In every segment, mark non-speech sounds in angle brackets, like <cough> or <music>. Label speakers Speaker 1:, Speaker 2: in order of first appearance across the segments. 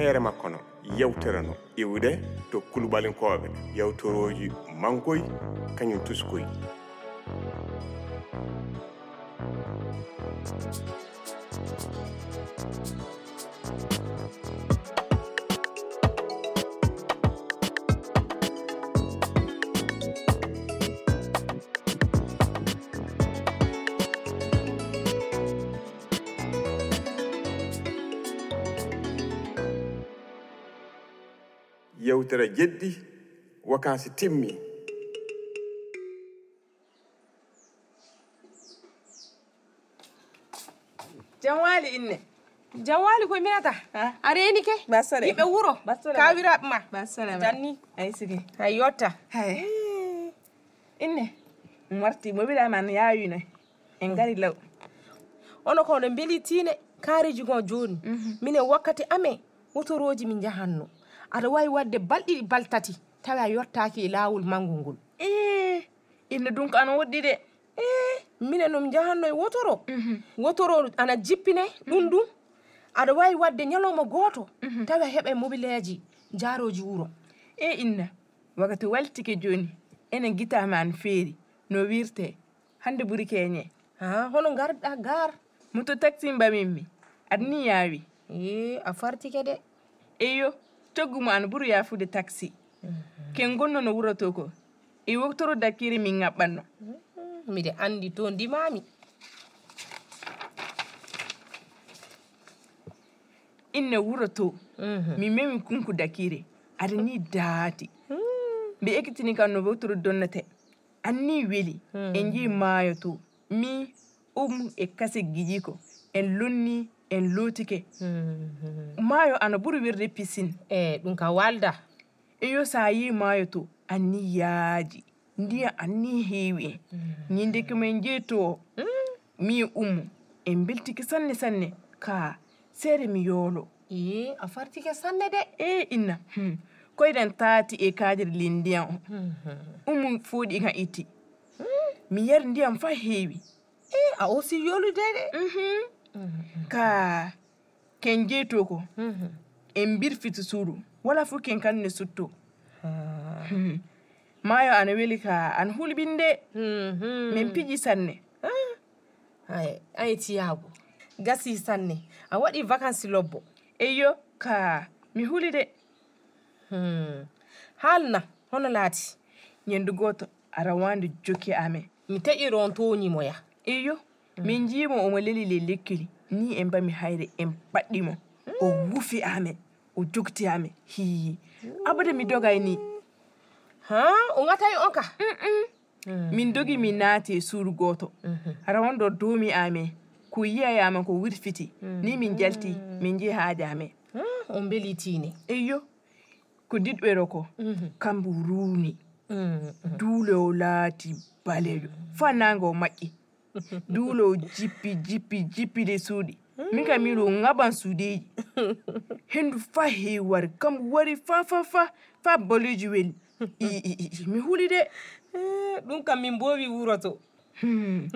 Speaker 1: heere makko no yewtere no iwde to kulubalinkoɓe yewtoroji mankoy kañum tuskoy yewtere jeddi wakansi timmi
Speaker 2: janwali inne
Speaker 3: jawali koye minata a reeni ke
Speaker 2: Basara.
Speaker 3: yimɓe wuro
Speaker 2: Basara.
Speaker 3: kawiraɓe ma
Speaker 2: Basara.
Speaker 3: janni
Speaker 2: ayi sigi
Speaker 3: hay yotta
Speaker 2: hay
Speaker 3: inne
Speaker 2: mi warti mo wiɗama an yawino en gari law
Speaker 3: ono ko oɗo beeli tiine kaareji gon jooni
Speaker 2: Mhm.
Speaker 3: minen wakkati amen wotoroji min jahanno aɗa wawi wadde balɗiɗi bal tati tawi a yettaki e laawol mangol ngol
Speaker 2: inne ɗum ko ana woɗɗi de Mhm.
Speaker 3: Eh, minen nomi jahanno e wotoro wotoro ana jippine ɗum ɗum aɗa wawi wadde ñalawma gooto
Speaker 2: Mhm.
Speaker 3: tawi a heɓa mobileji jaaroji wuro
Speaker 2: e inna wakkati waltike joni enen guitama an feeri no wirte hande ɓuuri keñe
Speaker 3: ha hono ah, garɗa gar
Speaker 2: moto taxi mbaminmi adani yawi
Speaker 3: e a fartike de
Speaker 2: eyo toggu mo an ɓuuri yafude taxi ken gonno no wuro to ko e woktoro dakkiri min ŋaɓɓanno
Speaker 3: miɗe andi to ndimami
Speaker 2: inne wuro to min memi kunku dakire aɗa ni daati mbe ekkitini kam no woktoro donnete anni weli en jii maayo to mi umu e kase giji ko en lonni en lootike maayo ana ɓuri wirde pisine
Speaker 3: e ɗum ka walda
Speaker 2: eyo sa yi maayo to anni yaaji ndiya anni heewi en ñinde komin jeeto o mi e ummu en beltiki sanne sanne ka seere mi yoolo
Speaker 3: e a fartike sanne de
Speaker 2: e inna hmm, koyɗen taati e kaajiri ley ndiyan o ummu fooɗi kan itti mi yari ndiyan fa heewi
Speaker 3: e a aussi yolude de
Speaker 2: ka ken jeeto ko en birfiti suudu wala fuu ken kanne sutto Hmm. maayo ana weli ka ana hulɓinde min piji sanne
Speaker 3: Mhm. aye tiyago gasi sanne a waɗi vacancy lobbo
Speaker 2: eyo ka mi huli de
Speaker 3: Hmm. haalna hono laati
Speaker 2: ñande gooto ara wande jokki amen
Speaker 3: mi teƴiri on toñimoya
Speaker 2: eyo min jiimo omo leli ley lekkili ni en mbami hayre en paɗɗimo o wufi amen o jogti amen hiyi abada mi dogay ni
Speaker 3: ha o gatay on ka
Speaker 2: min dogi min naati e suudu gooto ara wonɗo doomi amen ko yiyayamen ko wirfiti ni min jalti min jehi haaji amen
Speaker 3: Hmm, on beeli tiine
Speaker 2: eyo ko diɗɓero ko kambo ruuni
Speaker 3: Mhm.
Speaker 2: duulowo laati baleejo fa nanga o maƴƴi duulowo jippi jippi jippide suuɗi min ka miɗo ŋaɓan suudeji henndu fa heewi wari kam wari fa fa fa fa baleeji weli i i- i- i, mi huli de
Speaker 3: Eh, ɗum kam min bowi wuro to
Speaker 2: Hmm.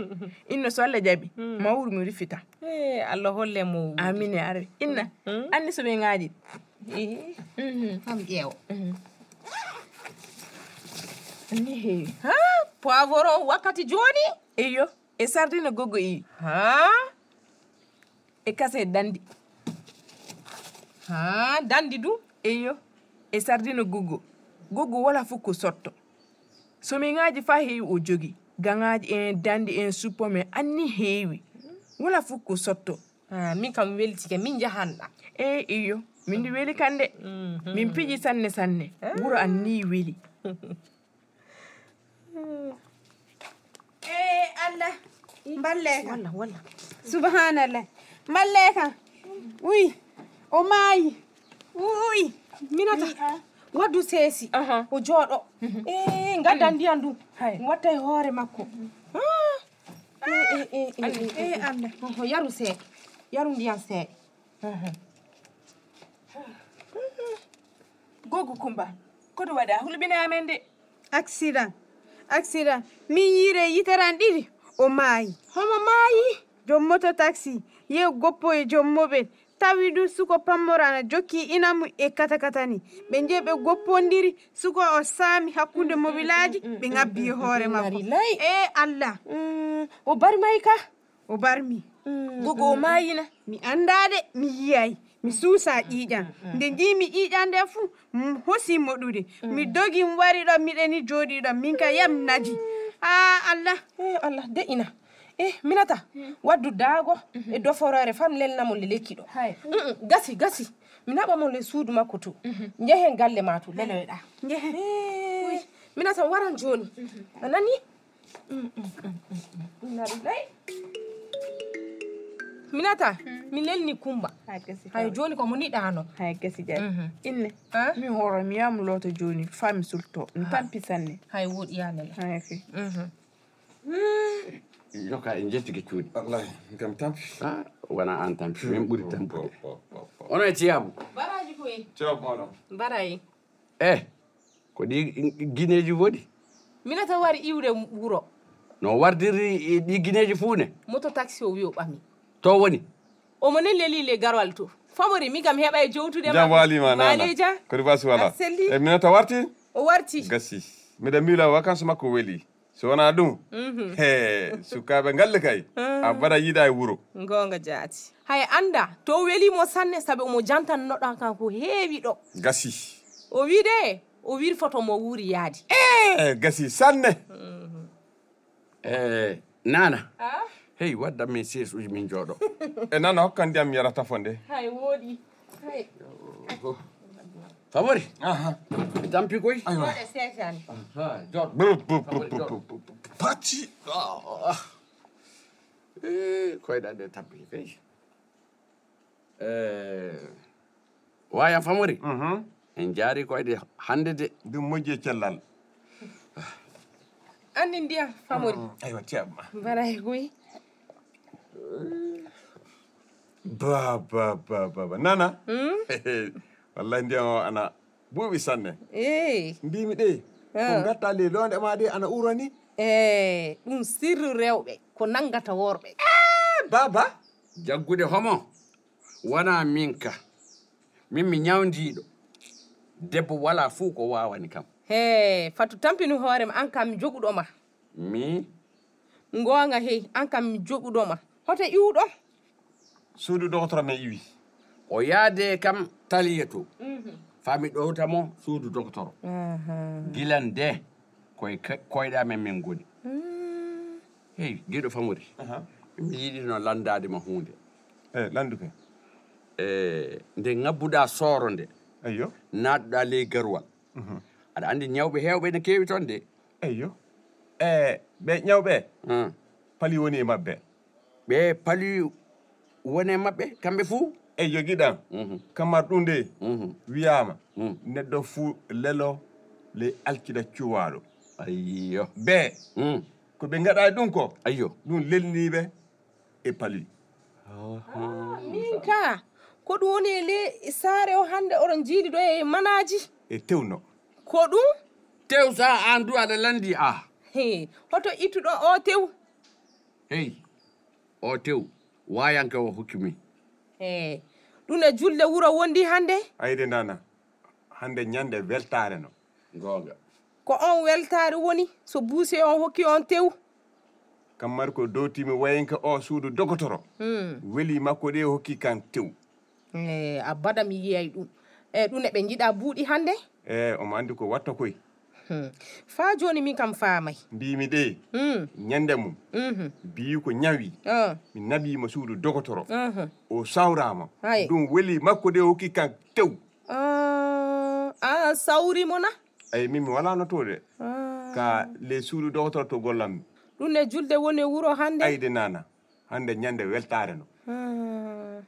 Speaker 2: inna so allah jaɓi ma wuro mi rifita
Speaker 3: Eh, allah holle mo
Speaker 2: amine arabe inna anni so ɓe ŋaaji
Speaker 3: Ee. Mhm. kam ƴeewa
Speaker 2: ni heewi
Speaker 3: ha poivron wakkati joni
Speaker 2: eyo e sardina gogo iyi
Speaker 3: ha
Speaker 2: e kase dandi
Speaker 3: ha dandi du
Speaker 2: eyo e sardino guggo guggo wala fof ko sotto somiŋaji fa heewi o jogi gaŋaji en dandi en suppo men anni heewi wala fof ko sotto
Speaker 3: Ah, min kam weltike min jahanɗa
Speaker 2: e iyo min ndi weli kande min piji sanne sanne wuro anni weli
Speaker 4: Eh, allah mballe kam
Speaker 3: walla walla
Speaker 4: subhanallah mballe kam uy o maayi uy
Speaker 3: minata waddu seesi
Speaker 2: Ahan.
Speaker 3: o jooɗo e gadda ndiyan du
Speaker 2: Hay.
Speaker 3: watta e hoore makko
Speaker 4: Ah. eh allah
Speaker 3: o yaru seeɗa yaru ndiyan seeɗa
Speaker 2: goggo kumba koɗo waɗa a hulɓina amen de
Speaker 4: accident accident min yiire yitaran ɗiɗi o maayi
Speaker 3: homo maayi
Speaker 4: jom moto taxi ye goppo e jommoɓen tawi du suko pammorana jokki inamu e katakatani ɓe jeeyi ɓe goppodiri suko o saami hakkunde mobilaji ɓe ngabbi e hoore makko
Speaker 3: Wallahi.
Speaker 4: e allah
Speaker 3: Mm, o bari may ka
Speaker 4: o barmi
Speaker 3: gogo o mayina
Speaker 4: mi andade mi yiyayi mi suusa ƴiiƴan nde jimi ƴiiƴan nde fuu mi hosi moɗude
Speaker 5: Mm.
Speaker 4: mi dogi mi wari ɗo miɗeni jooɗi ɗo min ka yam naji a allah
Speaker 3: e allah de'ina e minata
Speaker 2: Hmm.
Speaker 3: waddu daago e doforore fam lelnamo le lekki ɗo
Speaker 4: Hay.
Speaker 3: Mm, mm, gasi gasi mi naɓamo le suudu makko to
Speaker 2: Hmm.
Speaker 3: jehen galle ma to leloyɗa
Speaker 4: Njehen.
Speaker 3: Eh, minata waran joni
Speaker 2: Hmm.
Speaker 3: a nani Mm, mm, mm, mm, mm. Innalillahi. minata mi lelni kumba hay joni komo niɗano
Speaker 4: hay gasi jaɓi inne
Speaker 3: Ha?
Speaker 5: min horo mi yaha mi looto jooni faa mi sulto mi tampi sanne
Speaker 3: hay woɗi yanela
Speaker 5: hay fe
Speaker 6: yoka en jettige cuuɗi
Speaker 1: wallahi kam tampi
Speaker 6: Ha, wona an tan min ɓuri tampude
Speaker 1: o o o
Speaker 6: ono e tiyamo
Speaker 3: baraji koye
Speaker 1: cew moɗon
Speaker 3: barayi
Speaker 6: e ko ɗi guineji woɗi
Speaker 3: minata wari iwde wuro
Speaker 6: no wardiri e ɗi guineji fuu ne
Speaker 3: moto taxi o wi o ɓami
Speaker 6: to woni
Speaker 3: omo ne leli le e garwal to famori mi kam heɓa e jowtude ma.
Speaker 1: jam walima nana
Speaker 3: Maleja,
Speaker 1: kodi basi wala
Speaker 3: a selli.
Speaker 1: e minata warti
Speaker 3: o warti
Speaker 1: gasi miɗa miila vacance makko weeli so wona ɗum he sukaɓe galle kay a mbaɗa yiida e wuro
Speaker 3: gonga jaati hay anda to welimo sanne saabi omo jantannoɗa kan ko heewi ɗo
Speaker 1: gasi
Speaker 3: o wi de o wirfoto mo wuuri yaadi
Speaker 1: e gasi sanne
Speaker 6: e nana hey waddan min ses uji min <laughs> jooɗo
Speaker 1: e nana hokkandi am yarata fonde
Speaker 3: hay woɗi
Speaker 6: famori mi tampi koy
Speaker 3: joɗe sekani
Speaker 6: Ha, jooɗo
Speaker 1: pati
Speaker 6: Eh, koyɗa ɗe tampi Eh, kay wayan famori en jaari koyɗe hannde de
Speaker 1: ɗum moƴƴi e cellal
Speaker 3: andi ndiya famori
Speaker 1: aywa ceɓma
Speaker 3: barayi koy
Speaker 1: ba ba ba ba ba nana <laughs> wallahi ndiyam o ana ɓuuɓi sanne
Speaker 3: e
Speaker 1: mbimi ɗe ko gatta ley londe ma ɗe ana urani
Speaker 3: e ɗum sirru rewɓe ko nanggata worɓe
Speaker 1: baba
Speaker 6: jaggude homo wona min ka min mi ñawdiiɗo debbo wala fuu ko wawani kam
Speaker 3: he Eh, fatu tampini hoorema an kam mi joguɗoma
Speaker 6: mi
Speaker 3: gonga hey an kam mi joguɗoma hoto iwɗo
Speaker 1: suudu dogotora men iwi
Speaker 6: o yaade kam taliya to faami ɗowtamo suudu doctoro gilan de koye ka- koyɗamen min goni hey giɗo famori mi yiɗino landade ma hunde
Speaker 1: e landuke
Speaker 6: e nde ngabbuɗa sooro nde
Speaker 1: eyyo
Speaker 6: naatuɗa ley garwal aɗa andi ñawɓe hewɓe ne keewi toon de
Speaker 1: eyyo e ɓe ñawɓe
Speaker 6: Hum.
Speaker 1: pali woni e maɓɓe
Speaker 6: ɓe pali wone maɓɓe kamɓe fuu
Speaker 1: e jogiɗan kamar ɗum de wiyama
Speaker 6: Mm.
Speaker 1: neɗɗo fuu lelo ley alkida cuwaɗo
Speaker 6: ayyo
Speaker 1: ɓe
Speaker 6: Mm.
Speaker 1: ko ɓe gaɗa e ɗum ko
Speaker 6: ayyo
Speaker 1: ɗum lelniɓe e pali
Speaker 3: min ka ko ɗum woni e le saare o hande oɗon jiiɗi ɗo e manaji
Speaker 1: e tewno
Speaker 3: ko ɗum
Speaker 6: tew sa an du aɗa landi a
Speaker 3: he hoto ittuɗo o tew
Speaker 6: hey o tew wayanke o hokki min
Speaker 3: he ɗum e julde wuro wondi hande
Speaker 1: ayde nana hande ñande weltare no
Speaker 6: gonga
Speaker 3: ko on weltare woni so buuse on hokki on tew
Speaker 1: kammari ko dowtimi wayenka o suudu dogotoro weli makko ɗe hokki kan tew
Speaker 3: e abada mi yiyay ɗum e ɗum eɓe jiiɗa buuɗi hande
Speaker 1: e omo andi ko watta koye
Speaker 3: Hmm. fa joni min kam faamay
Speaker 1: mbimi ɗe Hmm. ñande mum
Speaker 3: Mhm.
Speaker 1: mbiyi ko ñawi
Speaker 3: Ah.
Speaker 1: mi naɓima suudu dogotoro o sawrama
Speaker 3: Ay.
Speaker 1: ɗum weli makko de hokki kan tew
Speaker 3: an sawrimo na
Speaker 1: ayi min mi walanotode ka ley suudu dogotoro to gollam
Speaker 3: ɗum e Ah. julde woni e wuro hande
Speaker 1: ayde nana hande ñande weltare no
Speaker 3: Ah.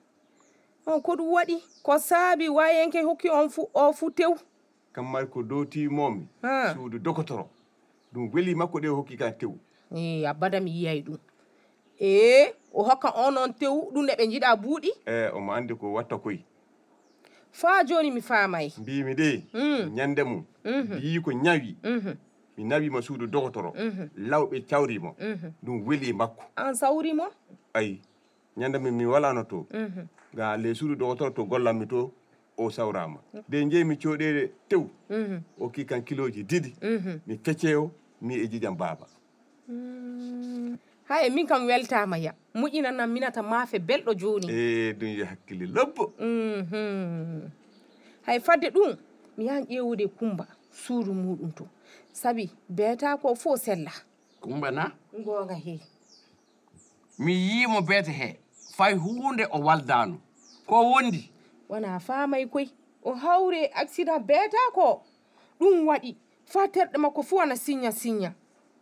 Speaker 3: Oh, on ko ɗum waɗi ko saabi wayenke hokki on fu o fu tew
Speaker 1: kammari ko dowtimomi
Speaker 3: Ha.
Speaker 1: suudu dogotoro ɗum weli makko de hokki kan tew
Speaker 3: e abada mi yiyay ɗum e o hokka on on tew ɗum ɗe ɓe jiɗa buuɗi
Speaker 1: e
Speaker 7: Eh,
Speaker 1: omo andi ko watta koye
Speaker 3: faa joni mi faamay
Speaker 1: mbimi de
Speaker 3: Mm.
Speaker 1: ñande mum
Speaker 3: Mm-hmm.
Speaker 1: mbiyi ko ñawi mi nawima suudu dogotoro
Speaker 3: Mm-hmm.
Speaker 1: lawɓe cawrimo ɗum weli makko
Speaker 3: Ah, an sawrimo Mm-hmm.
Speaker 1: ayi ñande min mi walano to
Speaker 7: ga les suudu docteur to gollanmi to o sawrama nde jeeymi cooɗele tew
Speaker 3: Mm-hmm.
Speaker 7: o kii kan kiloji didi mi fecce o mi e jijam baaba
Speaker 3: hay min kam weltama ya moƴƴinannam minata maafe belɗo joni
Speaker 7: e ɗum yo hakkille lobbo
Speaker 3: Mhm. hay fadde ɗum mi yahan ƴewude kumba suudu muɗum to sabi beeta ko fo sella
Speaker 6: kumba na
Speaker 3: gonga he
Speaker 6: mi yiimo beete hee fay huunde o waldaano ko wondi
Speaker 3: wona faamay koy o hawre accident beeta ko ɗum waɗi fa terɗe makko fuu ana signa signa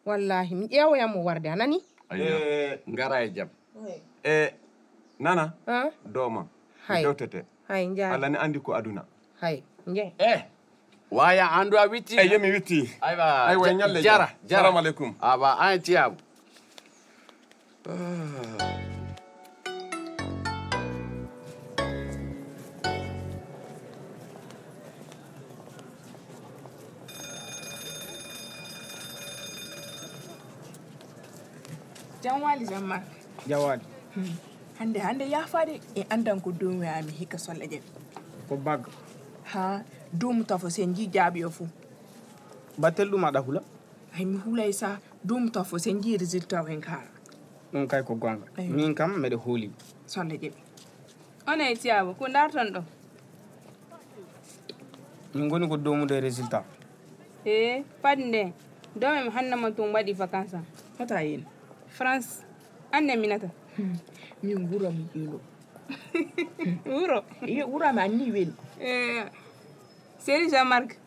Speaker 3: wallahi mi ƴeewoyanmo warde a nani
Speaker 7: Eh.
Speaker 6: ngara e jam
Speaker 7: e nana
Speaker 3: Hein?
Speaker 7: dowma mi
Speaker 3: Ah. Hay.
Speaker 7: dewtete
Speaker 3: hay
Speaker 7: allah
Speaker 3: njaal
Speaker 7: ne andi ko aduna
Speaker 3: hay njey
Speaker 6: e waya anndu a witti
Speaker 7: eyi yomi witti
Speaker 6: aywa
Speaker 7: aywa
Speaker 6: ja-
Speaker 7: ñalle
Speaker 6: jara jara
Speaker 7: salamu aleykum
Speaker 6: awa an e tiyaabo
Speaker 2: janwali jamma Hmm.
Speaker 8: jawadi
Speaker 2: hande hande yafade e andan ko domi ami hikka solle jeɗi
Speaker 8: ko bagga
Speaker 2: ha domu tafo sen ji jaabi o fo
Speaker 8: battel ɗum aɗa hula
Speaker 2: ay mi huulay sa domu tafo sen ji résultat o hen kaara
Speaker 8: ɗum kay ko gonga
Speaker 2: Eyyo.
Speaker 8: min kam mbeɗa hooli
Speaker 2: solle jeɗi
Speaker 4: on e tiyaba ko darton ɗo
Speaker 8: min goni ko domude e résultat
Speaker 4: e fadi nde domem hannama tum waɗi vacance am
Speaker 2: hota yen
Speaker 4: france anne minata
Speaker 2: min wuurami ƴeelo
Speaker 4: wuro
Speaker 2: e wuurami anni weeli
Speaker 4: Eh, série jean marc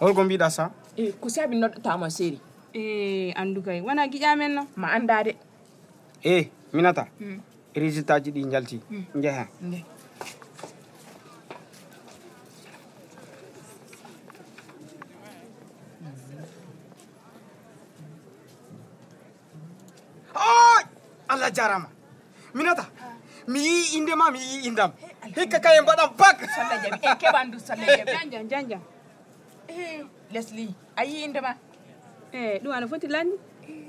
Speaker 8: holko mbiɗa sa
Speaker 2: e ko saabi noddatama séri
Speaker 3: Eh,
Speaker 4: e anndugay wona giƴamen no
Speaker 2: ma anda de
Speaker 8: e minata E résultat ji ɗi jalti jeeha
Speaker 2: nde
Speaker 8: oy allah jarama minata mi yi indema mi yi indam hikka kaye mbaɗam bag
Speaker 2: solle jeɓi e keɓandu solle jeɓi
Speaker 4: janja janja
Speaker 2: lesli E, a yi indema
Speaker 4: e ɗum ana foti lanndi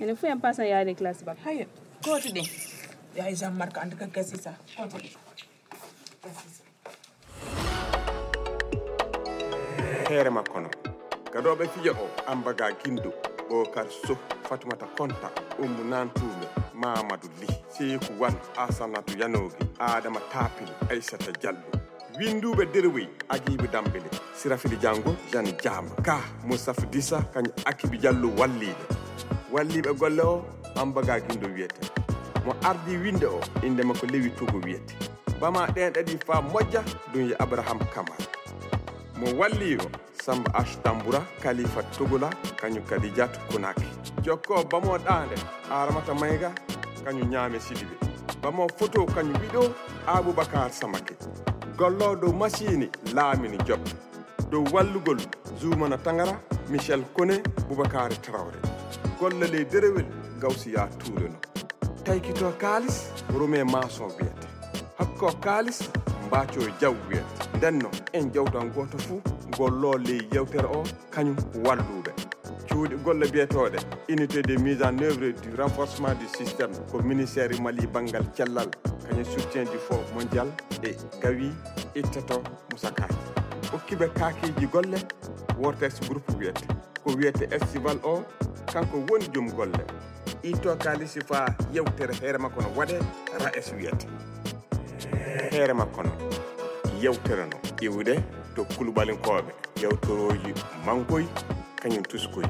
Speaker 4: ene fof en pasan yaade classe bak
Speaker 2: haye kooti ɗen ay jean marc anda ka gasi sa kooti ɗen
Speaker 1: heere makko no gadooɓe fijo o ambaga guindo bokar sow fatumata konta ummu nantuɓe mamadou ly seyku wan asanatu yanogi adama tapil aissata diallo winduɓe derwey agibi dambele sirafili diango jane diama ka moussafa dissa kañum akibi diallo walliɓe walliɓe golle o ambaga guindo wiyete mo ardi winde o inde makko lewi togo wiyete bama ɗen ɗaɗi fa moƴƴa ɗum yo abraham camara mo walli o samba h tamboura kalifa togola kañum kadi diatou konaki jokko bamo ɗande aramata mayga kañum ñaame sidiɓe bamo photo kañum wiɗo aboubacar samake gollo dow masini laamini jobbe dow wallugol zoumana tangara michel kone boubacary traoré golle ley derewel gawsiya tuureno taykito kaalis romé maçon wiyete hakko kaalis mbaaco jaw wiyata ndenno en jawtan gooto fuu golloo ley yewtere o kañum walluɓe cuuɗi golle biyeteeɗe unité de mise en œuvre du renforcement du systéme ko ministére mali banngal cellal kañum soutien du fond mondial e gawi ittato musakaji hokkiɓe kaakeji golle wortes groupe wiyete ko wiyete estival o kanko woni joom golle itto kaalisi faa yewtere feere makko no waɗe ra es wiyete heere makko no yewtere no iwde to kuluɓalinkoɓe yewtoroji mankoy kañum tuskoy